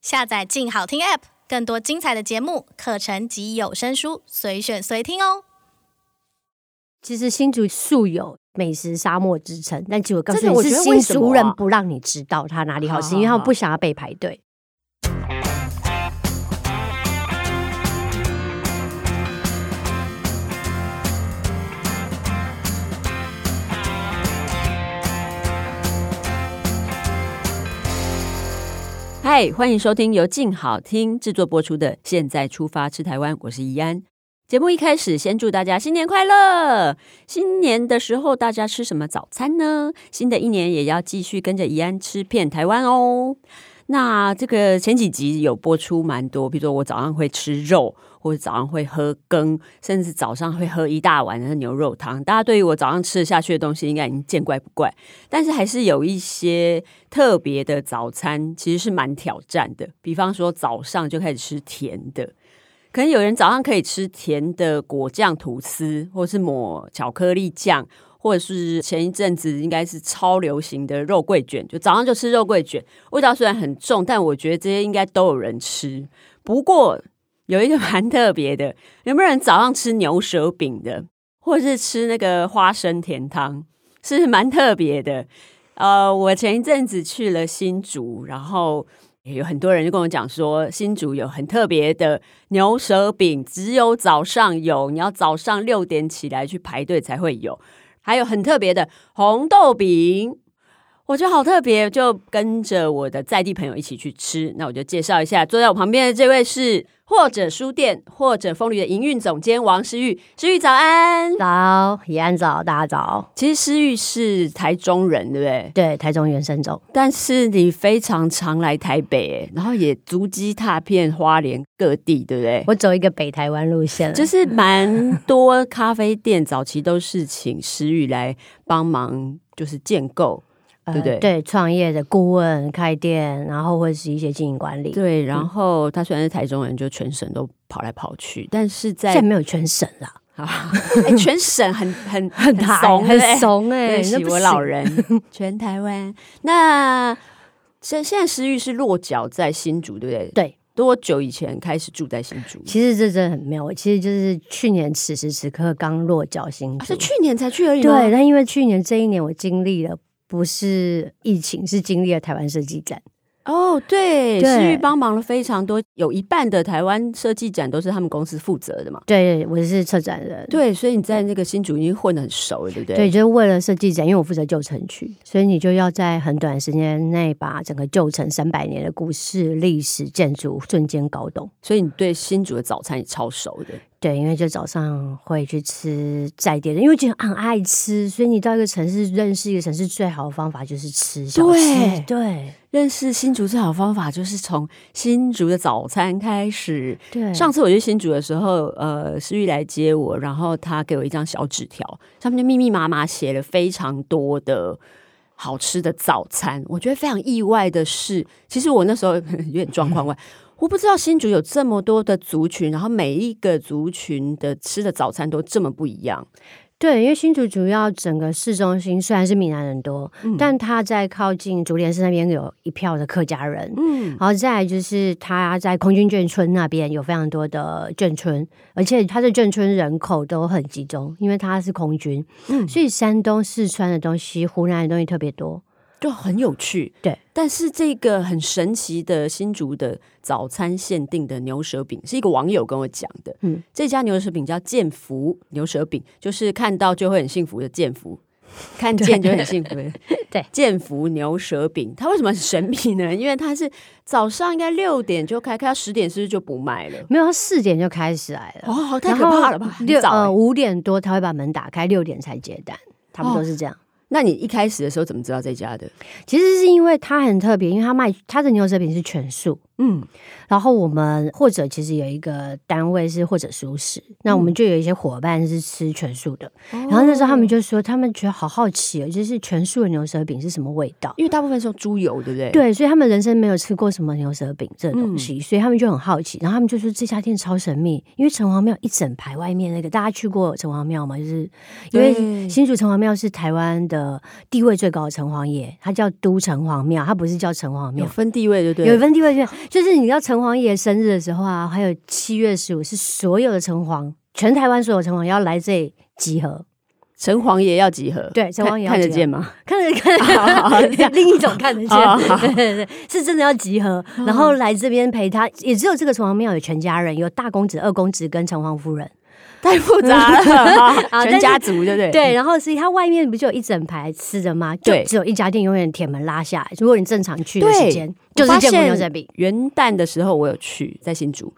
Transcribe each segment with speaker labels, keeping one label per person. Speaker 1: 下载“静好听 ”App，更多精彩的节目、课程及有声书，随选随听哦。
Speaker 2: 其实新竹素有美食沙漠之称，但其实我告诉
Speaker 3: 真的
Speaker 2: 你
Speaker 3: 我
Speaker 2: 是
Speaker 3: 觉得
Speaker 2: 新
Speaker 3: 为什么
Speaker 2: 竹人
Speaker 3: 啊
Speaker 2: 不让你知道它哪里好吃，
Speaker 3: 好
Speaker 2: 因为他
Speaker 3: 好
Speaker 2: 们不想要被排队。
Speaker 3: 嗨，欢迎收听由静好听制作播出的《现在出发吃台湾》，我是怡安。节目一开始，先祝大家新年快乐！新年的时候，大家吃什么早餐呢？新的一年也要继续跟着怡安吃遍台湾哦。那这个前几集有播出蛮多，比如说我早上会吃肉，或者早上会喝羹，甚至早上会喝一大碗的牛肉汤。大家对于我早上吃得下去的东西，应该已经见怪不怪。但是还是有一些特别的早餐，其实是蛮挑战的。比方说早上就开始吃甜的，可能有人早上可以吃甜的果酱吐司，或是抹巧克力酱，或者是前一阵子应该是超流行的肉桂卷，就早上就吃肉桂卷，味道虽然很重，但我觉得这些应该都有人吃。不过有一个蛮特别的，有没有人早上吃牛舌饼的，或是吃那个花生甜汤，是 蛮特别的。呃，我前一阵子去了新竹，然后也有很多人就跟我讲说，新竹有很特别的牛舌饼，只有早上有，你要早上六点起来去排队才会有。还有很特别的红豆饼，我觉得好特别，就跟着我的在地朋友一起去吃。那我就介绍一下，坐在我旁边的这位是或者书店或者风旅的营运总监王诗玉，诗玉早安。
Speaker 2: 早，宜安早，大家早。
Speaker 3: 其实诗玉是台中人，对不对？
Speaker 2: 对，台中原生种，
Speaker 3: 但是你非常常来台北，诶然后也足迹踏遍花莲各地，对不对？
Speaker 2: 我走一个北台湾路线了，
Speaker 3: 就是蛮多咖啡店早期都是请石宇来帮忙，就是建构，
Speaker 2: 呃
Speaker 3: 对不对
Speaker 2: 对，创业的顾问、开店，然后或者是一些经营管理。
Speaker 3: 对。然后他虽然是台中人，就全省都跑来跑去，但是 在
Speaker 2: 现在没有全省啦，
Speaker 3: 啊，哎全省很很
Speaker 2: 很台
Speaker 3: 怂，
Speaker 2: 很
Speaker 3: 对不对
Speaker 2: 怂哎、 欸，
Speaker 3: 对不起，
Speaker 2: 那不
Speaker 3: 我老
Speaker 2: 行。
Speaker 3: 人，全台湾。那现现在石玉是落脚在新竹，对不对？
Speaker 2: 对。
Speaker 3: 多久以前开始住在新竹？
Speaker 2: 其实这真的很妙，我其实就是去年此时此刻刚落脚新
Speaker 3: 啊
Speaker 2: 竹、
Speaker 3: 是去年才去而已吗
Speaker 2: 对，，但因为去年这一年我经历了不是疫情，是经历了台湾设计展。
Speaker 3: 哦，对，
Speaker 2: 对
Speaker 3: 诗玉帮忙了非常多，有一半的台湾设计展都是他们公司负责的嘛。
Speaker 2: 对，我是策展人。
Speaker 3: 对，所以你在那个新竹已经混得很熟了，对不对？
Speaker 2: 嗯对，，就是为了设计展，因为我负责旧城区，所以你就要在很短时间内把整个旧城三百年的故事、历史、建筑瞬间搞懂。
Speaker 3: 所以你对新竹的早餐也超熟的。
Speaker 2: 对，因为就早上会去吃在地的，因为觉得很爱吃，所以你到一个城市认识一个城市最好的方法就是吃小
Speaker 3: 对
Speaker 2: 吃。对
Speaker 3: 认识新竹最好的方法就是从新竹的早餐开始。
Speaker 2: 对，
Speaker 3: 上次我去新竹的时候，呃，诗玉来接我，然后他给我一张小纸条，上面就密密麻麻写了非常多的好吃的早餐。我觉得非常意外的是，其实我那时候有点状况 外，我不知道新竹有这么多的族群，然后每一个族群的吃的早餐都这么不一样。
Speaker 2: 对，因为新竹主要整个市中心虽然是闽南人多，
Speaker 3: 嗯
Speaker 2: 但它在靠近竹联市那边有一票的客家人，
Speaker 3: 嗯，
Speaker 2: 然后再来就是它在空军眷村那边有非常多的眷村，而且它的眷村人口都很集中，因为它是空军，
Speaker 3: 嗯
Speaker 2: 所以山东、四川的东西、湖南的东西特别多。
Speaker 3: 就很有趣。
Speaker 2: 对，
Speaker 3: 但是这个很神奇的新竹的早餐限定的牛舌饼，是一个网友跟我讲的。嗯
Speaker 2: 嗯，
Speaker 3: 这家牛舌饼叫建福牛舌饼，就是看到就会很幸福的 建福。看见就很幸福的
Speaker 2: 对
Speaker 3: 建福牛舌饼，它为什么很神秘呢？因为它是早上应该六点就开，开到十点是不是就不卖了？
Speaker 2: 没有，它四点就开始来了，
Speaker 3: 哦，
Speaker 2: 嗯
Speaker 3: 太
Speaker 2: 然
Speaker 3: 可怕
Speaker 2: 后
Speaker 3: 了吧！很
Speaker 2: 六
Speaker 3: 早欸、
Speaker 2: 呃五点多他会把门打开，六点才接单，差
Speaker 3: 哦
Speaker 2: 不多是这样。
Speaker 3: 那你一开始的时候怎么知道这家的？
Speaker 2: 其实是因为它很特别，因为它卖它的牛舌饼是全素，
Speaker 3: 嗯，
Speaker 2: 然后我们或者其实有一个单位是或者熟食，那
Speaker 3: 嗯
Speaker 2: 我们就有一些伙伴是吃全素的。然后那时候他
Speaker 3: 哦
Speaker 2: 们就说，他们觉得好好奇哦，就是全素的牛舌饼是什么味道？
Speaker 3: 因为大部分是用猪油，对不嗯对？，
Speaker 2: 对，所以他们人生没有吃过什么牛舌饼这个东西，所以他们就很好奇。然后他们就说这家店超神秘，因为城隍庙一整排外面那个，大家去过城隍庙吗？就是因
Speaker 3: 对
Speaker 2: 为新竹城隍庙是台湾的地位最高的城隍爷，它叫都城隍庙，它不是叫城隍
Speaker 3: 有
Speaker 2: 庙。
Speaker 3: 分地位，对不对？
Speaker 2: 有一份地位，就就是你知道城隍爷生日的时候啊，还有七月十五是所有的城隍，全台湾所有城隍要来这里集合。
Speaker 3: 城隍爷要集合，
Speaker 2: 对城隍爷要
Speaker 3: 看看得
Speaker 2: 集合
Speaker 3: 见吗？
Speaker 2: 看得看
Speaker 3: 好好
Speaker 2: 得
Speaker 3: 这
Speaker 2: 见，
Speaker 3: 样
Speaker 2: 另一种看得
Speaker 3: 好
Speaker 2: 见，对对对，是真的要集合，然后来这边陪他，也只有这个城隍庙有全家人，有大公子、二公子跟城隍夫人。
Speaker 3: 太复杂 了，
Speaker 2: 啊
Speaker 3: 全家族对不对？
Speaker 2: 对，然后所以它外面不就有一整排吃的吗？就
Speaker 3: 对
Speaker 2: 只有一家店永远铁门拉下来。如果你正常去的时间，
Speaker 3: 我
Speaker 2: 就是
Speaker 3: 发
Speaker 2: 建国牛
Speaker 3: 现
Speaker 2: 仔饼。
Speaker 3: 元旦的时候我有去，在新竹。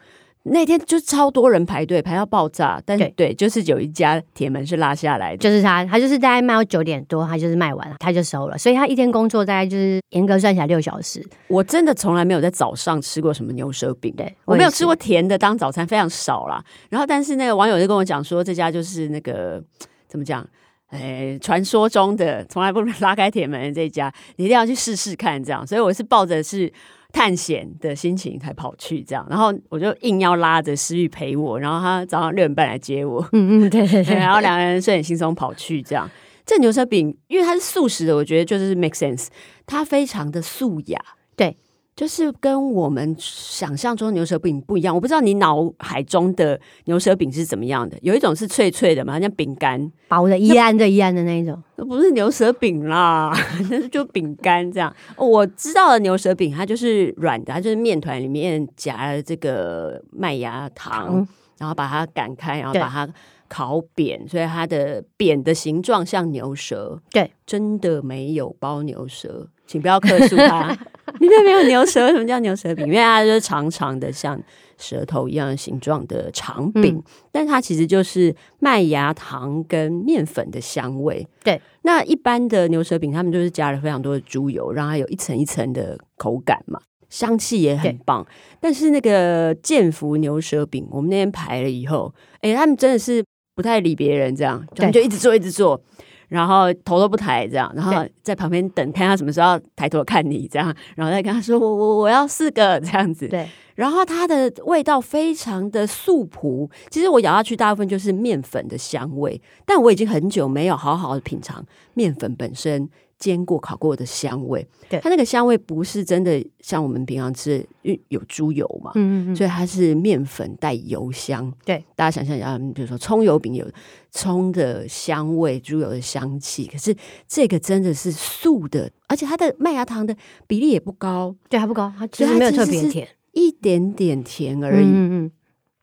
Speaker 3: 那天就超多人排队，排到爆炸。但
Speaker 2: 对
Speaker 3: 对，就是有一家铁门是拉下来的，
Speaker 2: 就是他，他就是大概卖到九点多，他就是卖完，他就收了。所以他一天工作大概就是严格算起来六小时。
Speaker 3: 我真的从来没有在早上吃过什么牛舌饼，
Speaker 2: 对
Speaker 3: 我
Speaker 2: 我也
Speaker 3: 没有
Speaker 2: 是
Speaker 3: 吃过甜的当早餐，非常少啦。然后，但是那个网友就跟我讲说，这家就是那个呃怎么讲？哎，传说中的从来不拉开铁门的这家，你一定要去试试看，这样。所以我是抱着是探险的心情才跑去这样，然后我就硬要拉着思玉陪我，然后他早上六点半来接我，
Speaker 2: 嗯嗯，对 对
Speaker 3: 对，然后两个人睡眼惺忪跑去这样。这牛舌饼，因为它是素食的，我觉得就是 make sense，它非常的素雅，
Speaker 2: 对，
Speaker 3: 就是跟我们想象中的牛舌饼不一样。我不知道你脑海中的牛舌饼是怎么样的，有一种是脆脆的嘛，像饼干，
Speaker 2: 薄的一安的一安的那一种。
Speaker 3: 那不是牛舌饼啦， 那是就饼干这样。哦我知道的牛舌饼，它就是软的，它就是面团里面夹了这个麦芽糖，
Speaker 2: 糖
Speaker 3: 然后把它擀开，然后
Speaker 2: 对
Speaker 3: 把它烤扁，所以它的扁的形状像牛舌。
Speaker 2: 对，
Speaker 3: 真的没有包牛舌，请不要客 诉它。里面没有牛舌，什么叫牛舌饼？因为它就是长长的，像舌头一样的形状的长
Speaker 2: 嗯
Speaker 3: 饼，但它其实就是麦芽糖跟面粉的香味。
Speaker 2: 对，
Speaker 3: 那一般的牛舌饼，他们就是加了非常多的猪油，让它有一层一层的口感嘛，香气也很
Speaker 2: 对
Speaker 3: 棒。但是那个建福牛舌饼，我们那天排了以后，哎、他们真的是不太理别人，这样他们就
Speaker 2: 对
Speaker 3: 一直做，一直做。然后头都不抬，这样，然后
Speaker 2: 对
Speaker 3: 在旁边等，看他什么时候要抬头看你，这样，然后再跟他说我我我要四个这样子，
Speaker 2: 对，
Speaker 3: 然后它的味道非常的素朴，其实我咬下去大部分就是面粉的香味，但我已经很久没有好好的品尝面粉本身煎过、烤过的香味。
Speaker 2: 对
Speaker 3: 它那个香味不是真的像我们平常吃的，因为有猪油嘛，
Speaker 2: 嗯嗯嗯，
Speaker 3: 所以它是面粉带油香。
Speaker 2: 对，
Speaker 3: 大家想象一下，嗯比如说葱油饼有葱的香味、猪油的香气，可是这个真的是素的，而且它的麦芽糖的比例也不高，
Speaker 2: 对，还不高，它其
Speaker 3: 对
Speaker 2: 实
Speaker 3: 它
Speaker 2: 没有
Speaker 3: 其实
Speaker 2: 特别
Speaker 3: 是
Speaker 2: 甜
Speaker 3: 一点点甜而已。
Speaker 2: 嗯嗯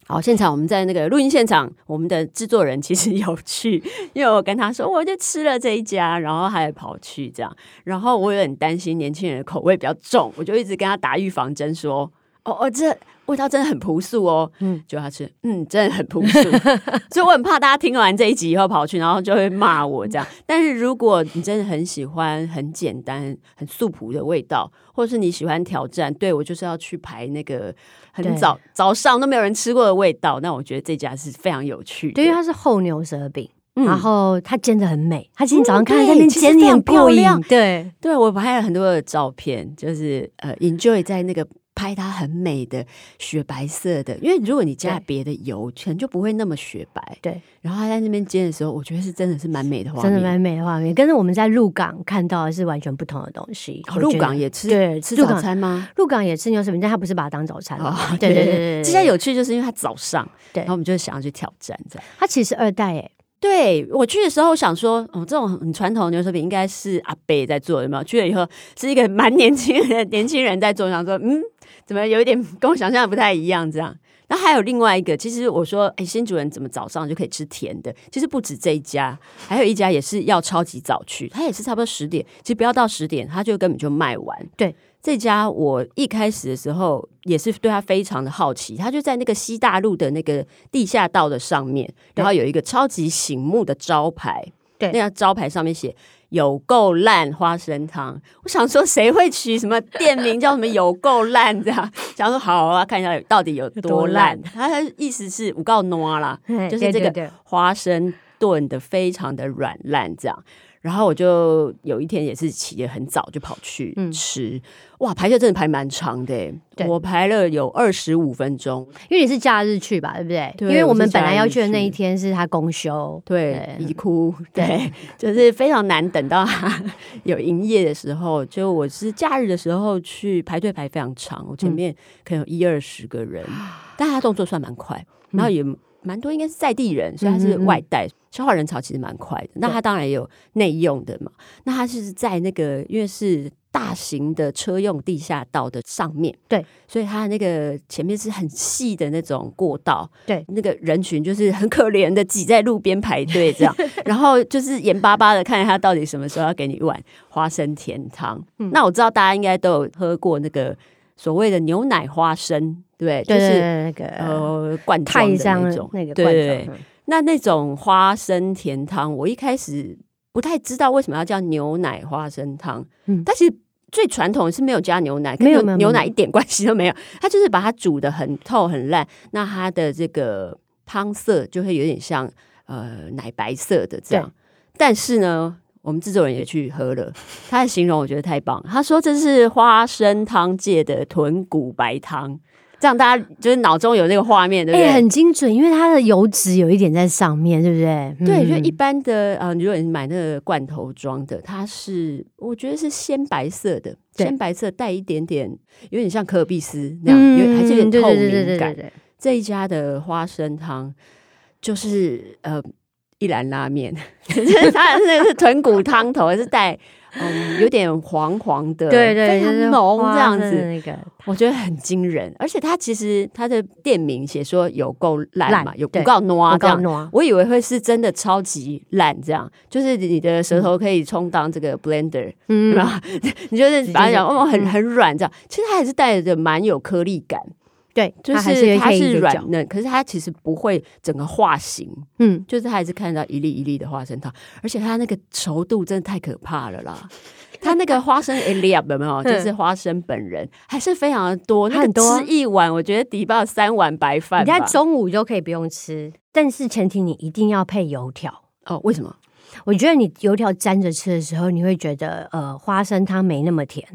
Speaker 3: 好，现场我们在那个录音现场，我们的制作人其实有去，因为我跟他说我就吃了这一家，然后还跑去这样，然后我有点担心年轻人的口味比较重，我就一直跟他打预防针说，哦哦，这味道真的很朴素哦，嗯
Speaker 2: 嗯，
Speaker 3: 就他吃，嗯，真的很朴素，所以我很怕大家听完这一集以后跑去，然后就会骂我这样。但是如果你真的很喜欢很简单、很素朴的味道，或是你喜欢挑战，对我就是要去排那个很
Speaker 2: 对
Speaker 3: 早早上都没有人吃过的味道，那我觉得这家是非常有趣
Speaker 2: 嗯，
Speaker 3: 的。
Speaker 2: 对，因为它是厚牛舌饼，
Speaker 3: 嗯
Speaker 2: 然后它煎的很美，它今天早上
Speaker 3: 嗯
Speaker 2: 看到在
Speaker 3: 对
Speaker 2: 那边
Speaker 3: 其实
Speaker 2: 煎
Speaker 3: 非
Speaker 2: 的
Speaker 3: 常
Speaker 2: 很
Speaker 3: 漂
Speaker 2: 过瘾
Speaker 3: 亮，
Speaker 2: 对，
Speaker 3: 对啊我拍了很多的照片，就是呃，enjoy 在那个拍它很美的雪白色的，因为如果你加了
Speaker 2: 对
Speaker 3: 别的油，可能就不会那么雪白。
Speaker 2: 对，
Speaker 3: 然后它在那边煎的时候，我觉得是真的是蛮美的画面，
Speaker 2: 真的蛮美的画面，跟我们在鹿港看到的是完全不同的东西。
Speaker 3: 哦。
Speaker 2: 我
Speaker 3: 鹿
Speaker 2: 觉得
Speaker 3: 港也吃
Speaker 2: 对
Speaker 3: 吃
Speaker 2: 鹿
Speaker 3: 早
Speaker 2: 港
Speaker 3: 餐吗？
Speaker 2: 鹿港也吃牛舌饼，但他不是把它当早餐。
Speaker 3: 哦，
Speaker 2: 对对对对，
Speaker 3: 这家有趣就是因为它早上，
Speaker 2: 对
Speaker 3: 然后我们就想要去挑战这样。
Speaker 2: 它其实二代哎，
Speaker 3: 对我去的时候，我想说，哦，这种很传统的牛舌饼应该是阿伯在做，有没有？去了以后是一个蛮年轻的年轻人 在做，我想说，嗯，怎么有一点跟我想象的不太一样这样。然后还有另外一个，其实我说，哎，新主人怎么早上就可以吃甜的？其实不止这一家，还有一家也是要超级早去，它也是差不多十点，其实不要到十点，它就根本就卖完。
Speaker 2: 对，
Speaker 3: 这家我一开始的时候也是对它非常的好奇，它就在那个西大路的那个地下道的上面，然后有一个超级醒目的招牌，
Speaker 2: 对
Speaker 3: 那个招牌上面写。有够烂花生汤，我想说谁会取什么店名叫什么有够烂这样？想说好啊，看一下到底有多
Speaker 2: 多
Speaker 3: 烂。
Speaker 2: 烂
Speaker 3: 它的意思是五告挪啦，
Speaker 2: 嘿
Speaker 3: 就是这
Speaker 2: 对对对
Speaker 3: 个花生炖的非常的软烂这样。然后我就有一天也是起得很早，就跑去
Speaker 2: 嗯
Speaker 3: 吃。哇，排队真的排蛮长的欸、
Speaker 2: 对
Speaker 3: 我排了有二十五分钟。
Speaker 2: 因为你是假日去吧，对不对？
Speaker 3: 对
Speaker 2: 因为
Speaker 3: 我
Speaker 2: 我
Speaker 3: 是
Speaker 2: 们本来
Speaker 3: 假
Speaker 2: 要
Speaker 3: 日
Speaker 2: 去的那一
Speaker 3: 去
Speaker 2: 天是他公休，
Speaker 3: 对，
Speaker 2: 对
Speaker 3: 已哭， 对，就是非常难等到它 有营业的时候。就我是假日的时候去排队排非常长，我前
Speaker 2: 嗯
Speaker 3: 面可能有一二十 个人，但他动作算蛮快，然后也蛮多应该是在地人，所以他
Speaker 2: 嗯
Speaker 3: 是
Speaker 2: 嗯嗯嗯
Speaker 3: 外带，消化人潮其实蛮快的。那他当然也有内用的嘛，那他是在那个因为是。大型的车用地下道的上面，
Speaker 2: 对，
Speaker 3: 所以它那个前面是很细的那种过道，
Speaker 2: 对
Speaker 3: 那个人群就是很可怜的挤在路边排队 这样，然后就是眼巴巴的看他到底什么时候要给你一碗花生甜汤。
Speaker 2: 嗯
Speaker 3: 那我知道大家应该都有喝过那个所谓的牛奶花生，对
Speaker 2: 对
Speaker 3: 不对，就
Speaker 2: 对
Speaker 3: 是
Speaker 2: 对那个
Speaker 3: 呃罐装
Speaker 2: 泰
Speaker 3: 的
Speaker 2: 山
Speaker 3: 那种，
Speaker 2: 那个
Speaker 3: 对
Speaker 2: 罐头
Speaker 3: 对对
Speaker 2: 嗯
Speaker 3: 那那种花生甜汤，我一开始不太知道为什么要叫牛奶花生汤，
Speaker 2: 嗯
Speaker 3: 但是。最传统是没有加牛奶，跟
Speaker 2: 没有
Speaker 3: 牛
Speaker 2: 没有
Speaker 3: 牛
Speaker 2: 没有
Speaker 3: 奶一点关系都没有。 它就是把它煮的很透很烂，那它的这个汤色就会有点像呃奶白色的这样。但是呢，我们制作人也去喝了， 他的形容我觉得太棒了，他说这是花生汤界的豚骨白汤，这样大家就是脑中有那个画面，对不对？
Speaker 2: 哎，很精准，因为它的油脂有一点在上面，对不对？
Speaker 3: 对，就
Speaker 2: 嗯
Speaker 3: 一般的啊、呃如果你买那个罐头装的，它是我觉得是鲜白色的，
Speaker 2: 对
Speaker 3: 鲜白色带一点点，有点像可尔必斯那样，有点还是有点
Speaker 2: 嗯对
Speaker 3: 透
Speaker 2: 对
Speaker 3: 明感。
Speaker 2: 对对对对对
Speaker 3: 这一家的花生汤就是呃一兰拉面， 就是 它的那个是豚骨汤头，是带嗯有点黄黄的，
Speaker 2: 对对，
Speaker 3: 非
Speaker 2: 就
Speaker 3: 常
Speaker 2: 是
Speaker 3: 浓
Speaker 2: 花
Speaker 3: 这样
Speaker 2: 生的
Speaker 3: 子，
Speaker 2: 那个
Speaker 3: 我觉得很惊人。而且它其实它的店名写说有够烂
Speaker 2: 烂
Speaker 3: 嘛，有
Speaker 2: 对
Speaker 3: 不告
Speaker 2: 我
Speaker 3: 挪这
Speaker 2: 告
Speaker 3: 样
Speaker 2: 诉。你
Speaker 3: 我以为会是真的超级烂，这样就是你的舌头可以充当这个 blender，、
Speaker 2: 嗯
Speaker 3: 对吧？ 你就是把它讲哦很
Speaker 2: 嗯
Speaker 3: 很软这样，其实它还是带着蛮有颗粒感，
Speaker 2: 对，
Speaker 3: 就
Speaker 2: 它还是
Speaker 3: 是它
Speaker 2: 可以一
Speaker 3: 是
Speaker 2: 个
Speaker 3: 软
Speaker 2: 角，
Speaker 3: 嫩，可是它其实不会整个化形，
Speaker 2: 嗯，
Speaker 3: 就是它还是看到一粒一粒的花生糖，而且它那个稠度真的太可怕了 啦。它那个花生 e l i a 有没有？就是花生本人还是非常的多，那
Speaker 2: 嗯很
Speaker 3: 个
Speaker 2: 多啊
Speaker 3: 吃一碗，我觉得抵爆三碗白饭
Speaker 2: 你
Speaker 3: 吧。
Speaker 2: 在中午就可以不用吃，但是前提你一定要配油条。
Speaker 3: 哦，为什么？
Speaker 2: 我觉得你油条沾着吃的时候，你会觉得呃花生汤没那么甜，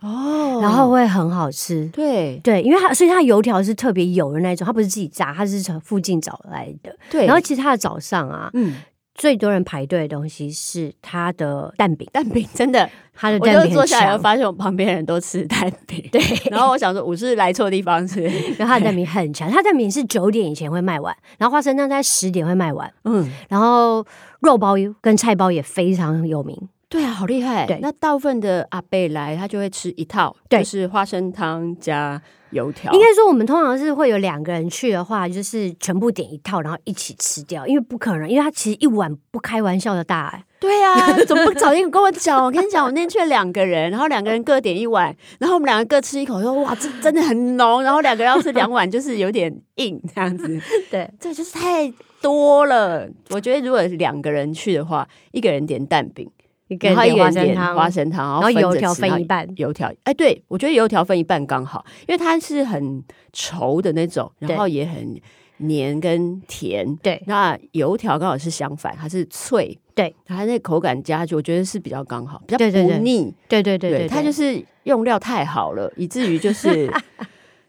Speaker 3: 哦
Speaker 2: 然后会很好吃。
Speaker 3: 对
Speaker 2: 对，因为它所以它油条是特别油的那一种，它不是自己炸，它是从附近找来的。
Speaker 3: 对，
Speaker 2: 然后其实它的早上啊，
Speaker 3: 嗯，
Speaker 2: 最多人排队的东西是它的蛋饼，
Speaker 3: 蛋饼 真的，
Speaker 2: 它的
Speaker 3: 我
Speaker 2: 蛋
Speaker 3: 就
Speaker 2: 饼
Speaker 3: 坐
Speaker 2: 很
Speaker 3: 下来
Speaker 2: 香，
Speaker 3: 发现我旁边人都吃蛋饼，对， 然后我想说我是来错地方吃，
Speaker 2: 然后它的蛋饼很强，它的蛋饼是九点以前会卖完，然后花生汤在十点会卖完，
Speaker 3: 嗯，
Speaker 2: 然后肉包跟菜包也非常有名。
Speaker 3: 对啊，好厉害
Speaker 2: 对
Speaker 3: 那大部分的阿贝来，他就会吃一套，
Speaker 2: 对
Speaker 3: 就是花生汤加油条，
Speaker 2: 应该说，我们通常是会有两个人去的话，就是全部点一套，然后一起吃掉，因为不可能，因为它其实一碗不开玩笑的大、 哎
Speaker 3: 对啊，怎么不早点跟我讲？我跟你讲，我那天去了两个人，然后两个人各点一碗，然后我们两个各吃一口，说哇，这真的很浓，然后两个人要吃两碗，就是有点硬 这样子，
Speaker 2: 对，
Speaker 3: 这就是太多了。我觉得如果两个人去的话，一个人点蛋饼。
Speaker 2: 一个
Speaker 3: 然
Speaker 2: 人
Speaker 3: 后一
Speaker 2: 点花
Speaker 3: 个人
Speaker 2: 生
Speaker 3: 点
Speaker 2: 汤，
Speaker 3: 花生汤，
Speaker 2: 然后
Speaker 3: 后
Speaker 2: 油
Speaker 3: 着
Speaker 2: 条
Speaker 3: 吃
Speaker 2: 分一。半
Speaker 3: 然后，油条，哎，对我觉得油条分一半刚好，因为它是很稠的那种，然
Speaker 2: 对
Speaker 3: 后也很黏跟甜。
Speaker 2: 对
Speaker 3: 那油条刚好是相反，它是脆，
Speaker 2: 对，
Speaker 3: 它那口感加剧，我觉得是比较刚好，比较
Speaker 2: 对对
Speaker 3: 不
Speaker 2: 对
Speaker 3: 腻。
Speaker 2: 对对对对，
Speaker 3: 它
Speaker 2: 对
Speaker 3: 就是用料太好了，以 至于就是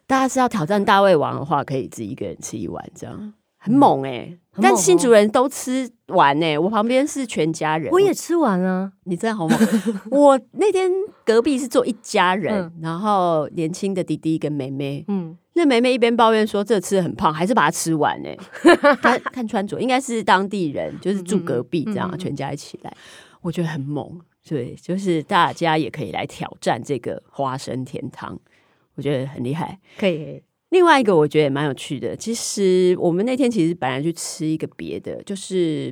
Speaker 3: 大家是要挑战大胃王的话，可以自己一个人吃一碗这样。很猛哎、
Speaker 2: 嗯很
Speaker 3: 但
Speaker 2: 猛
Speaker 3: 新
Speaker 2: 哦
Speaker 3: 主人都吃完哎、我旁边是全家人，
Speaker 2: 我也吃完啊了，
Speaker 3: 你真 的好猛！我那天隔壁是坐一家人，
Speaker 2: 嗯
Speaker 3: 然后年轻的弟弟跟妹妹。
Speaker 2: 嗯，
Speaker 3: 那妹妹一边抱怨说这吃得很胖，还是把它吃 完呢、她看穿着应该是当地人，就是住隔壁这样，
Speaker 2: 嗯嗯嗯
Speaker 3: 全家一起来，我觉得很猛。对，就是大家也可以来挑战这个花生甜汤，我觉得很厉害。
Speaker 2: 可以，
Speaker 3: 另外一个我觉得也蛮有趣的，其实我们那天其实本来去吃一个别的，就是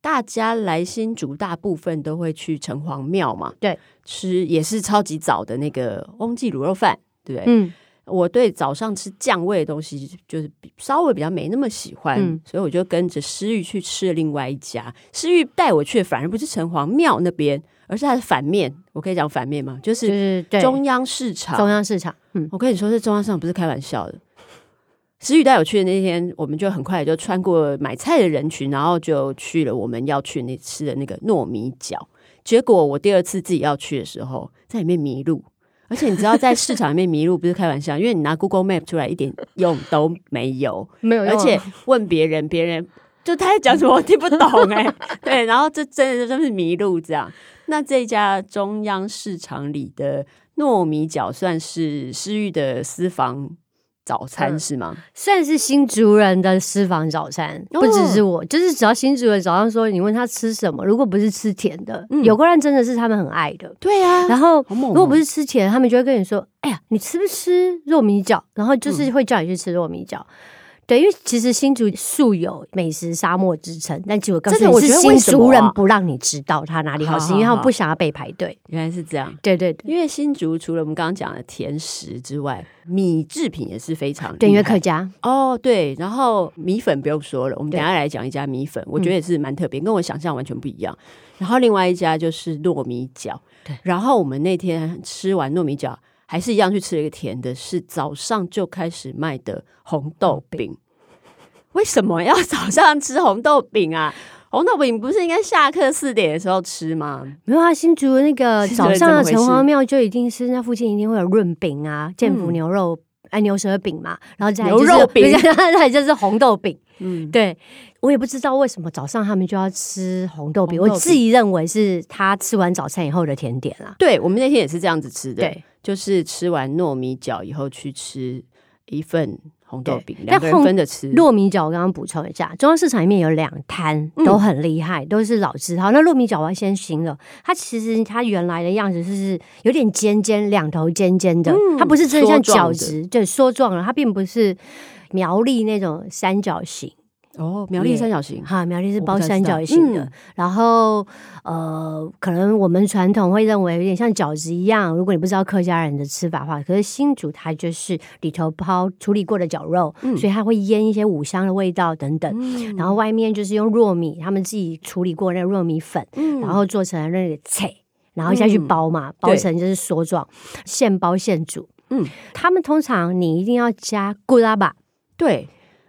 Speaker 3: 大家来新竹大部分都会去城隍庙嘛，
Speaker 2: 对，
Speaker 3: 吃也是超级早的那个翁记卤肉饭，对不对？
Speaker 2: 嗯，
Speaker 3: 我对早上吃酱味的东西就是比稍微比较没那么喜欢，
Speaker 2: 嗯
Speaker 3: 所以我就跟着诗玉去吃了另外一家。诗玉带我去的反而不是城隍庙那边，而是它的反面，我可以讲反面吗？就
Speaker 2: 就是是对
Speaker 3: 中央市场，
Speaker 2: 中央市场，嗯，
Speaker 3: 我跟你说，这中央市场不是开玩笑的。石宇带我去的那天，我们就很快就穿过买菜的人群，然后就去了我们要去那吃的那个糯米饺。结果我第二次自己要去的时候，在里面迷路。而且你知道，在市场里面迷路不是开玩笑，因为你拿 Google Map 出来一点用都没有，
Speaker 2: 没有用
Speaker 3: 而
Speaker 2: 啊，
Speaker 3: 且问别人，别人就他在讲什么我听不懂哎、 对，然后这真的就是迷路这样。那这家中央市场里的糯米饺算是私域的私房早餐、
Speaker 2: 嗯
Speaker 3: 是吗？
Speaker 2: 算是新族人的私房早餐，
Speaker 3: 哦
Speaker 2: 不只是我，就是只要新族人早上说你问他吃什么，如果不是吃甜的，
Speaker 3: 嗯
Speaker 2: 有个人真的是他们很爱的。
Speaker 3: 对啊
Speaker 2: 然后
Speaker 3: 好猛哦
Speaker 2: 如果不是吃甜，他们就会跟你说：“哎呀，你吃不吃糯米饺？”然后
Speaker 3: 嗯
Speaker 2: 就是会叫你去吃糯米饺。对，因为其实新竹素有美食沙漠之称，但结果告诉
Speaker 3: 真的
Speaker 2: 你
Speaker 3: 我
Speaker 2: 是
Speaker 3: 觉得为
Speaker 2: 新
Speaker 3: 什么
Speaker 2: 竹
Speaker 3: 啊
Speaker 2: 人不让你知道它哪里好吃，
Speaker 3: 好好
Speaker 2: 因为他
Speaker 3: 好
Speaker 2: 们不想要被排队。
Speaker 3: 原来是这样。
Speaker 2: 对对对，
Speaker 3: 因为新竹除了我们刚刚讲的甜食之外，米制品也是非常
Speaker 2: 对，因
Speaker 3: 厉
Speaker 2: 为
Speaker 3: 害
Speaker 2: 客家
Speaker 3: 哦，对，然后米粉不用说了，我们等
Speaker 2: 对
Speaker 3: 一下来讲一家米粉，我觉得也是蛮特别，跟我想象完全不一样。然后另外一家就是糯米饺，
Speaker 2: 对
Speaker 3: 然后我们那天吃完糯米饺，还是一样去吃了一个甜的，是早上就开始卖的红豆饼。为什么要早上吃红豆饼啊？红豆饼不是应该下课四点的时候吃吗？
Speaker 2: 没有啊，新竹那个
Speaker 3: 新竹
Speaker 2: 早
Speaker 3: 人
Speaker 2: 上
Speaker 3: 怎么
Speaker 2: 的
Speaker 3: 回
Speaker 2: 城
Speaker 3: 事嗯
Speaker 2: 隍庙就一定是那附近一定会有润饼啊、建福牛肉、哎牛舌饼嘛，然后再来就是
Speaker 3: 牛肉饼
Speaker 2: 再来就是红豆饼。
Speaker 3: 嗯，
Speaker 2: 对我也不知道为什么早上他们就要吃红豆饼，
Speaker 3: 红豆饼
Speaker 2: 我自己认为是他吃完早餐以后的甜点啦。
Speaker 3: 对，我们那天也是这样子吃的，
Speaker 2: 对，
Speaker 3: 就是吃完糯米饺以后去吃一份红豆
Speaker 2: 对
Speaker 3: 饼，
Speaker 2: 但
Speaker 3: 两个人
Speaker 2: 红
Speaker 3: 分着吃。
Speaker 2: 糯米饺我刚刚补充一下，中央市场里面有两摊
Speaker 3: 嗯
Speaker 2: 都很厉害，都是老字号。那糯米饺我要先行了，它其实它原来的样子就是有点尖尖，两头尖尖的，
Speaker 3: 嗯
Speaker 2: 它不是真的像
Speaker 3: 梭状
Speaker 2: 饺
Speaker 3: 的
Speaker 2: 子，对，梭状了，它并不是苗栗那种三角形。
Speaker 3: 哦，苗栗
Speaker 2: 也
Speaker 3: 三角形，
Speaker 2: 哈，苗栗是
Speaker 3: 我不
Speaker 2: 包
Speaker 3: 太
Speaker 2: 三
Speaker 3: 知道
Speaker 2: 角形的，
Speaker 3: 嗯
Speaker 2: 然后呃，可能我们传统会认为有点像饺子一样，如果你不知道客家人的吃法的话，可是新竹它就是里头包处理过的绞肉，
Speaker 3: 嗯
Speaker 2: 所以它会腌一些五香的味道等等，
Speaker 3: 嗯
Speaker 2: 然后外面就是用糯米，他们自己处理过那个糯米粉，
Speaker 3: 嗯
Speaker 2: 然后做成那个菜，然后下去
Speaker 3: 嗯
Speaker 2: 包嘛，包
Speaker 3: 对
Speaker 2: 成就是梭状，现包现煮。
Speaker 3: 嗯，
Speaker 2: 他们通常你一定要加咕拉巴，
Speaker 3: 对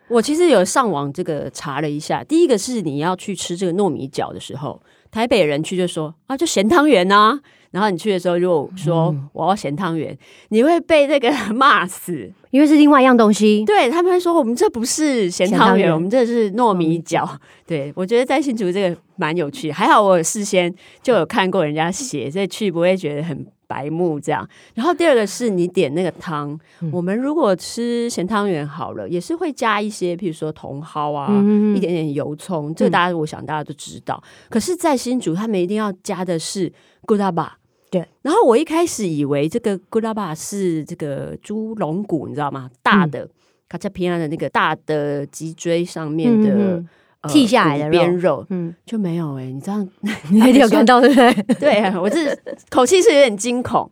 Speaker 3: 我其实有上网这个查了一下，第一个是你要去吃这个糯米饺的时候，台北人去就说啊，就咸汤圆呐、然后你去的时候，如果说我要咸汤圆，你会被那个 骂死。
Speaker 2: 因为是另外一样东西。
Speaker 3: 对他们会说，我们这不是咸
Speaker 2: 咸
Speaker 3: 汤
Speaker 2: 汤
Speaker 3: 圆，
Speaker 2: 圆
Speaker 3: 我们这是糯米饺。对我觉得在新竹这个蛮有趣，还好我有事先就有看过人家写，所以去不会觉得很白目这样。然后第二个是你点那个汤，
Speaker 2: 嗯
Speaker 3: 我们如果吃咸汤圆好了，也是会加一些，譬如说茼蒿啊，
Speaker 2: 嗯
Speaker 3: 一点点油葱，这个大家、我想大家都知道。可是，在新竹他们一定要加的是 g u d a b a
Speaker 2: 对，
Speaker 3: 然后我一开始以为这个 g u d a b a 是这个猪龙骨，你知道吗？大
Speaker 2: 嗯
Speaker 3: 的卡恰皮亚啊的那个大的脊椎上面
Speaker 2: 嗯
Speaker 3: 的、
Speaker 2: 嗯嗯
Speaker 3: 呃
Speaker 2: 剔下来的
Speaker 3: 骨
Speaker 2: 肉
Speaker 3: 边肉
Speaker 2: 嗯，
Speaker 3: 就没有哎、你知道？
Speaker 2: 你一定有看到对不 对？
Speaker 3: 对啊，我这口气是有点惊恐，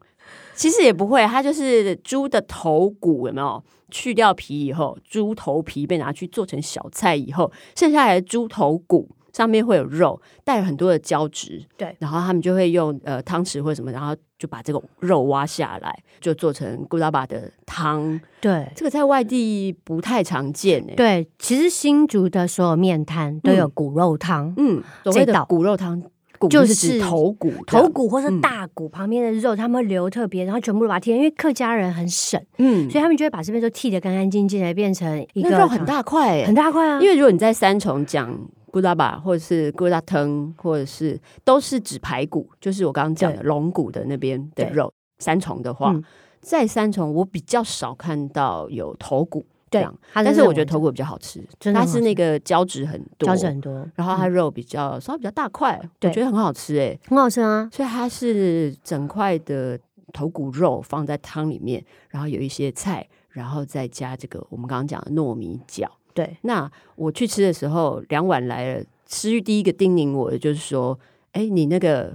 Speaker 3: 其实也不会，它就是猪的头骨有没有？去掉皮以后，猪头皮被拿去做成小菜以后，剩下来的猪头骨上面会有肉，带有很多的胶质。
Speaker 2: 对
Speaker 3: 然后他们就会用呃汤匙或者什么，然后就把这个肉挖下来，就做成古拉巴的汤。
Speaker 2: 对
Speaker 3: 这个在外地不太常见欸诶、
Speaker 2: 对，其实新竹的所有面摊都有骨肉汤，
Speaker 3: 嗯，所谓
Speaker 2: 这
Speaker 3: 的
Speaker 2: 道
Speaker 3: 骨肉汤，骨
Speaker 2: 就是是
Speaker 3: 指头骨，
Speaker 2: 头，骨或
Speaker 3: 嗯
Speaker 2: 是大骨旁边的肉，他们会留特别，然后全部都把它剔，因为客家人很省，
Speaker 3: 嗯
Speaker 2: 所以，他们就会把这边都剔的干干净净的，变成一个
Speaker 3: 那肉很
Speaker 2: 汤
Speaker 3: 大块欸诶、
Speaker 2: 很大块啊，
Speaker 3: 因为如果你在三重讲咕拉巴，或者是咕拉汤，或者是都是指排骨，就是我刚刚讲的
Speaker 2: 对
Speaker 3: 龙骨的那边的
Speaker 2: 对
Speaker 3: 肉。三重的话，
Speaker 2: 嗯
Speaker 3: 在三重我比较少看到有头骨这
Speaker 2: 对
Speaker 3: 样，，
Speaker 2: 它
Speaker 3: 但是
Speaker 2: 这
Speaker 3: 我觉得
Speaker 2: 种
Speaker 3: 头骨比较好吃，
Speaker 2: 真的
Speaker 3: 它
Speaker 2: 很好
Speaker 3: 是那个胶质很多，
Speaker 2: 调整很多，
Speaker 3: 然后它
Speaker 2: 嗯
Speaker 3: 肉比较稍微比较大块，我
Speaker 2: 对
Speaker 3: 觉得很好吃哎、
Speaker 2: 很好吃啊，
Speaker 3: 所以它是整块的头骨肉放在汤里面，然后有一些菜，然后再加这个我们刚刚讲的糯米饺。
Speaker 2: 对，
Speaker 3: 那我去吃的时候，两碗来了，吃玉第一个叮咛我的就是说，哎，你那个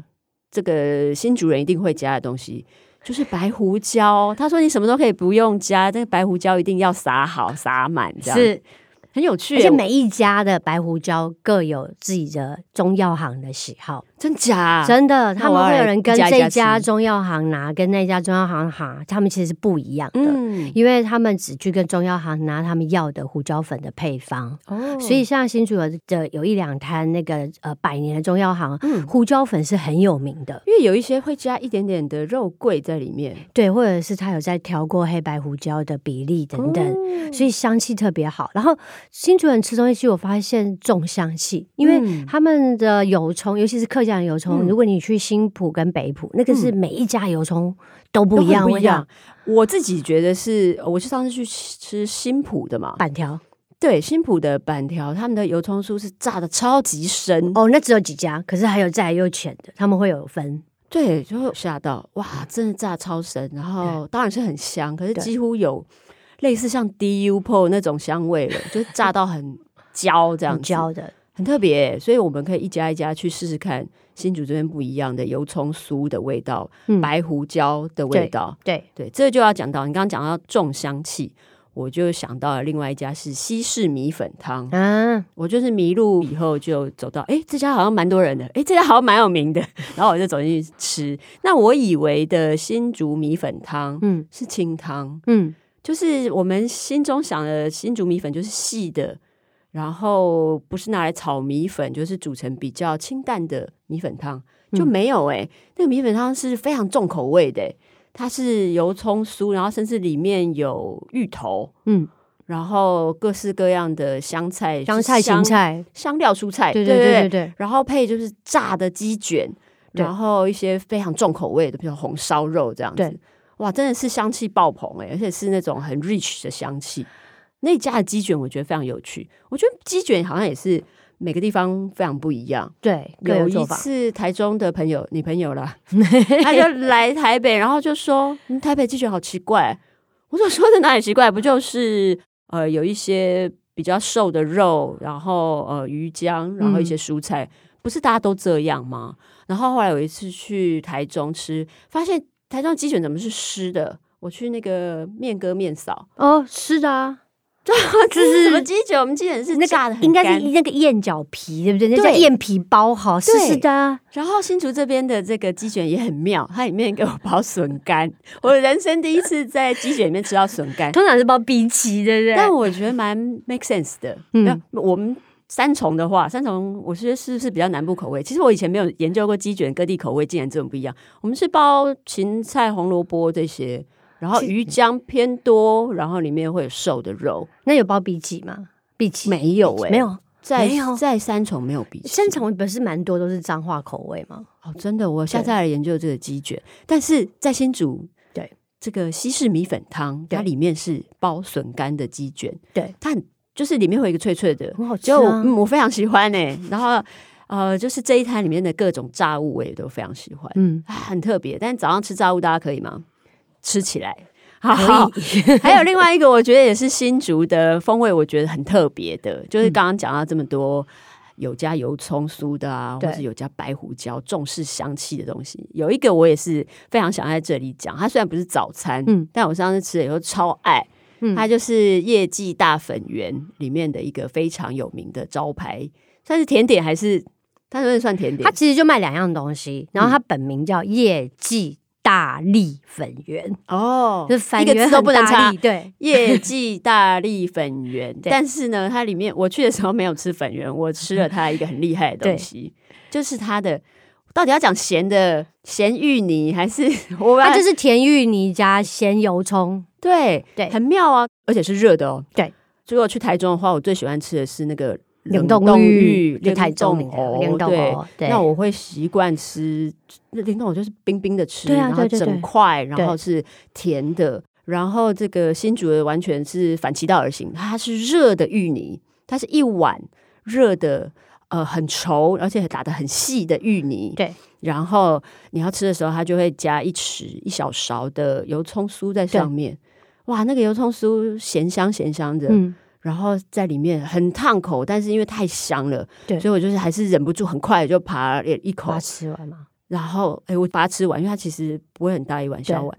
Speaker 3: 这个新主人一定会加的东西。就是白胡椒，他说你什么都可以不用加，但是白胡椒一定要撒好撒满，这样
Speaker 2: 是，
Speaker 3: 很有趣哦
Speaker 2: 而且
Speaker 3: 耶。
Speaker 2: 每一家的白胡椒各有自己的中药行的喜好，
Speaker 3: 真假？
Speaker 2: 真的，
Speaker 3: 啊那
Speaker 2: 他
Speaker 3: 我
Speaker 2: 们
Speaker 3: 要
Speaker 2: 会有
Speaker 3: 来
Speaker 2: 人
Speaker 3: 一
Speaker 2: 跟
Speaker 3: 家一
Speaker 2: 这
Speaker 3: 家
Speaker 2: 家
Speaker 3: 吃
Speaker 2: 中药行拿，跟那家中药行拿，他们其实是不一样的，
Speaker 3: 嗯，
Speaker 2: 因为他们只去跟中药行拿他们要的胡椒粉的配方。
Speaker 3: 哦
Speaker 2: 所以像新竹有的有一两摊那个呃百年的中药行，
Speaker 3: 嗯
Speaker 2: 胡椒粉是很有名的，
Speaker 3: 因为有一些会加一点点的肉桂在里面，
Speaker 2: 对，或者是他有在调过黑白胡椒的比例等等，
Speaker 3: 哦
Speaker 2: 所以香气特别好。然后新竹人吃东西，其实我发现重香气，因为
Speaker 3: 嗯
Speaker 2: 他们的油葱，尤其是客家人油葱，
Speaker 3: 嗯
Speaker 2: 如果你去新浦跟北浦，那个是每一家油葱都不一
Speaker 3: 都很
Speaker 2: 样
Speaker 3: 不
Speaker 2: 味
Speaker 3: 一
Speaker 2: 道
Speaker 3: 样，。我自己觉得是，我是上次去吃吃新浦的嘛，
Speaker 2: 板条
Speaker 3: 对，新浦的板条，他们的油葱酥是炸的超级深，
Speaker 2: 哦，那只有几家，可是还有再来又浅的，他们会有分。
Speaker 3: 对，就会吓到，哇，真的炸超深，然后当然是很香，可是
Speaker 2: 对
Speaker 3: 几乎有类似像 DU PO 那种香味了，就炸到很焦这样
Speaker 2: 很
Speaker 3: 子，
Speaker 2: 焦的，
Speaker 3: 很特别，欸所以我们可以一家一家去试试看新竹这边不一样的油葱酥的味道、
Speaker 2: 嗯
Speaker 3: 白胡椒的味道。
Speaker 2: 对，
Speaker 3: 对，这就要讲到你刚刚讲到重香气，我就想到了另外一家是西式米粉汤。
Speaker 2: 啊，
Speaker 3: 我就是迷路以后就走到，诶，这家好像蛮多人的，诶，这家好像蛮有名的， 然后我就走进去吃。那我以为的新竹米粉汤
Speaker 2: 嗯
Speaker 3: 是清汤，
Speaker 2: 嗯，
Speaker 3: 就是我们心中想的新竹米粉就是细的，然后不是拿来炒米粉，就是煮成比较清淡的米粉汤，就
Speaker 2: 嗯
Speaker 3: 没有诶、那个米粉汤是非常重口味的诶、它是油葱酥，然后甚至里面有芋头，
Speaker 2: 嗯，
Speaker 3: 然后各式各样的香菜、
Speaker 2: 香菜、芹、菜，
Speaker 3: 香料、蔬菜，
Speaker 2: 对
Speaker 3: 对
Speaker 2: 对对对对，
Speaker 3: 然后配就是炸的鸡卷，
Speaker 2: 对
Speaker 3: 然后一些非常重口味的，比如红烧肉这样子
Speaker 2: 对。
Speaker 3: 哇，真的是香气爆棚哎、而且是那种很 rich 的香气。那家的鸡卷我觉得非常有趣，我觉得鸡卷好像也是每个地方非常不一样。
Speaker 2: 对，各
Speaker 3: 有
Speaker 2: 有做
Speaker 3: 一
Speaker 2: 法。
Speaker 3: 次台中的朋友，你朋友 啦，他就来台北，然后就说：“嗯、台北鸡卷好奇怪。”我说：“说的哪里奇怪？不就是呃有一些比较瘦的肉，然后呃鱼浆，然后一些蔬菜，不是大家都这样吗？”然后后来有一次去台中吃，发现台中鸡卷怎么是湿的？我去那个面哥面嫂，
Speaker 2: 哦，是的啊，
Speaker 3: 这是什么鸡卷？我们鸡卷是
Speaker 2: 那
Speaker 3: 炸的
Speaker 2: 个
Speaker 3: 很
Speaker 2: 应该
Speaker 3: 干
Speaker 2: 是那个燕饺皮，对不对？那叫
Speaker 3: 对
Speaker 2: 燕皮包好，是
Speaker 3: 对
Speaker 2: 是的啊，
Speaker 3: 然后新竹这边的这个鸡卷也很妙，它里面给我包笋干，我人生第一次在鸡卷里面吃到笋干，
Speaker 2: 通常是包荸荠，对不对？
Speaker 3: 但我觉得蛮 make sense 的。
Speaker 2: 嗯
Speaker 3: 那我们三重的话，三重我觉得是不是比较南部口味？其实我以前没有研究过鸡卷各地口味竟然这么不一样。我们是包芹菜、红萝卜这些，然后
Speaker 2: 嗯
Speaker 3: 鱼浆偏多，然后里面会有瘦的肉，
Speaker 2: 那有包荸荠吗？荸荠
Speaker 3: 没有哎、
Speaker 2: 没。有，
Speaker 3: 在
Speaker 2: 没有
Speaker 3: 在三重没有比起
Speaker 2: 生虫不是蛮多都是脏话口味吗？
Speaker 3: 哦，真的，我下
Speaker 2: 对
Speaker 3: 次来研究这个鸡卷。但是在新竹，
Speaker 2: 对
Speaker 3: 这个西式米粉汤，它
Speaker 2: 对
Speaker 3: 里面是包笋干的鸡卷，
Speaker 2: 对，
Speaker 3: 它很就是里面会有一个脆脆的，
Speaker 2: 很好吃
Speaker 3: 就我、
Speaker 2: 啊。
Speaker 3: 嗯、我非常喜欢呢、然后呃，就是这一摊里面的各种炸物我也都非常喜欢，
Speaker 2: 嗯，
Speaker 3: 啊很特别。但早上吃炸物大家可以吗？吃起来。好
Speaker 2: 可， 以。
Speaker 3: 还有另外一个，我觉得也是新竹的风味，我觉得很特别的，
Speaker 2: 嗯
Speaker 3: 就是刚刚讲到这么多有加油葱酥的啊，或
Speaker 2: 对
Speaker 3: 是有加白胡椒，重视香气的东西。有一个我也是非常想在这里讲，它虽然不是早餐，
Speaker 2: 嗯
Speaker 3: 但我上次吃了以后超爱。
Speaker 2: 嗯
Speaker 3: 它就是业绩大粉圆里面的一个非常有名的招牌，算是甜点还是？它算是算甜点
Speaker 2: 它，其实就卖两样东西，然后它本名叫叶记大力粉圆，
Speaker 3: 哦
Speaker 2: 就是粉
Speaker 3: 一个
Speaker 2: 圆
Speaker 3: 字都不能
Speaker 2: 很大
Speaker 3: 差
Speaker 2: 力，对，
Speaker 3: 业绩大力粉圆，
Speaker 2: 对
Speaker 3: 但是呢，它里面我去的时候没有吃粉圆，我吃了它一个很厉害的 东西，就是它的到底要讲咸的咸芋泥还是 我把
Speaker 2: 它啊就是甜芋泥加咸油葱，
Speaker 3: 对
Speaker 2: 对
Speaker 3: 很妙啊，而且是热的哦。
Speaker 2: 对，
Speaker 3: 如果去台中的话，我最喜欢吃的是那个
Speaker 2: 冷
Speaker 3: 冻
Speaker 2: 冻
Speaker 3: 芋
Speaker 2: 芋，就台中
Speaker 3: 冷
Speaker 2: 名
Speaker 3: 冻藕
Speaker 2: 的冷冻哦
Speaker 3: 对
Speaker 2: 藕，对，
Speaker 3: 那我会习惯吃冷冻，我就是冰冰的吃，
Speaker 2: 对啊
Speaker 3: 然后
Speaker 2: 对对对
Speaker 3: 整块，然
Speaker 2: 对
Speaker 3: 后是甜的，然后这个新竹的完全是反其道而行，它是热的芋泥，它是一碗热的。呃，很稠，而且打得很细的芋泥。
Speaker 2: 对，
Speaker 3: 然后你要吃的时候，它就会加一匙一小勺的油葱酥在上面。哇，那个油葱酥咸香咸香的，
Speaker 2: 嗯，
Speaker 3: 然后在里面很烫口，但是因为太香了，
Speaker 2: 对
Speaker 3: 所以我就是还是忍不住很快就扒了一口
Speaker 2: 把它，吃完嘛，
Speaker 3: 然后哎，我把它吃完，因为它其实不会很大一碗
Speaker 2: 对
Speaker 3: 小碗，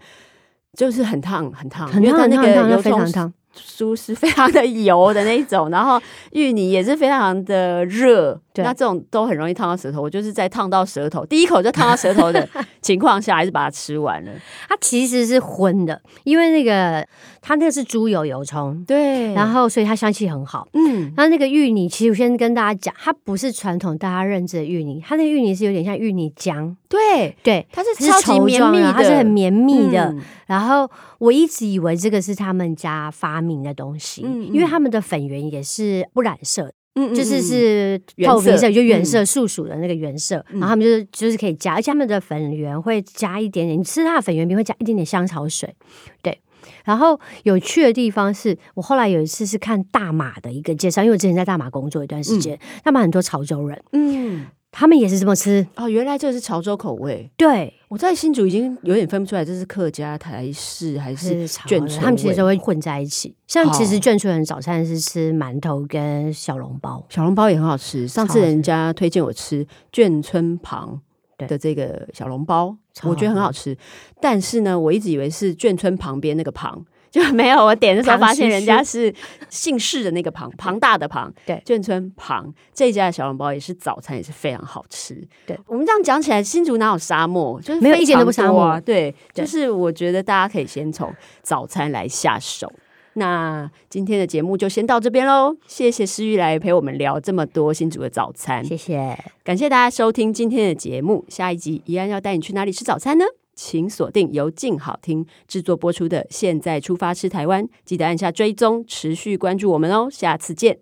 Speaker 3: 就是很烫很烫，
Speaker 2: 很
Speaker 3: 因为
Speaker 2: 烫
Speaker 3: 它
Speaker 2: 很
Speaker 3: 啊
Speaker 2: 烫很
Speaker 3: 那
Speaker 2: 烫，
Speaker 3: 个油
Speaker 2: 非常
Speaker 3: 葱
Speaker 2: 烫，
Speaker 3: 酥是非常的油的那一种，然后芋泥也是非常的热，
Speaker 2: 对
Speaker 3: 那这种都很容易烫到舌头。我就是在烫到舌头，第一口就烫到舌头的情况下，还是把它吃完了。
Speaker 2: 它其实是荤的，因为那个它那个是猪油油葱，
Speaker 3: 对然
Speaker 2: 然
Speaker 3: 后
Speaker 2: 后所以它香气很好。
Speaker 3: 嗯，
Speaker 2: 那那个芋泥，其实我先跟大家讲，它不是传统大家认知的芋泥，它那个芋泥是有点像芋泥浆，
Speaker 3: 对，
Speaker 2: 对，
Speaker 3: 它是
Speaker 2: 它是
Speaker 3: 超级
Speaker 2: 稠
Speaker 3: 绵
Speaker 2: 状
Speaker 3: 密
Speaker 2: 的
Speaker 3: 的，
Speaker 2: 它是很绵密的。
Speaker 3: 嗯
Speaker 2: 然后我一直以为这个是他们家发明的东西，
Speaker 3: 嗯嗯
Speaker 2: 因为他们的粉圆也是不染色的，
Speaker 3: 嗯
Speaker 2: 就是是
Speaker 3: 原
Speaker 2: 透明
Speaker 3: 色
Speaker 2: 色，就原
Speaker 3: 嗯
Speaker 2: 色素属的那个原色。
Speaker 3: 嗯
Speaker 2: 然后他们就是就是可以加，而且他们的粉圆会加一点点，你吃它的粉圆饼会加一点点香草水，对。然后有趣的地方是我后来有一次是看大马的一个介绍，因为我之前在大马工作一段时间，大马很多潮州人，
Speaker 3: 嗯嗯
Speaker 2: 他们也是这么吃，
Speaker 3: 哦，原来这是潮州口味。
Speaker 2: 对，
Speaker 3: 我在新竹已经有点分不出来，这是客家、台式还是
Speaker 2: 潮
Speaker 3: 眷
Speaker 2: 人
Speaker 3: 村
Speaker 2: 他们其
Speaker 3: 味
Speaker 2: 实都会混在一起。像其
Speaker 3: 哦
Speaker 2: 实眷村人早餐是吃馒头跟小笼包，
Speaker 3: 小笼包也很好吃。上次
Speaker 2: 超好吃
Speaker 3: 人家推荐我吃眷村旁
Speaker 2: 对
Speaker 3: 的这个小笼包，
Speaker 2: 超
Speaker 3: 我觉得
Speaker 2: 好
Speaker 3: 很好吃。但是呢，我一直以为是眷村旁边那个旁， 就没有。我点的时候
Speaker 2: 庞
Speaker 3: 发现
Speaker 2: 氏
Speaker 3: 人家是姓氏的那个庞，庞大的庞。
Speaker 2: 对
Speaker 3: 眷村旁这一家的小笼包也是早餐也是非常好吃。
Speaker 2: 对，
Speaker 3: 我们这样讲起来，新竹哪有沙漠？就是
Speaker 2: 没有
Speaker 3: 非
Speaker 2: 一点都
Speaker 3: 常
Speaker 2: 不沙
Speaker 3: 多啊
Speaker 2: 漠
Speaker 3: 对，就
Speaker 2: 对
Speaker 3: 是我觉得大家可以先从早餐来下手。那今天的节目就先到这边喽，谢谢诗玉来陪我们聊这么多新竹的早餐，
Speaker 2: 谢谢。
Speaker 3: 感谢大家收听今天的节目，下一集怡安要带你去哪里吃早餐呢？请锁定由静好听制作播出的《现在出发吃台湾》，记得按下追踪，持续关注我们哦，下次见。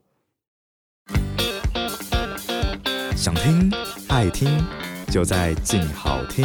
Speaker 4: 想听爱听，就在静好听。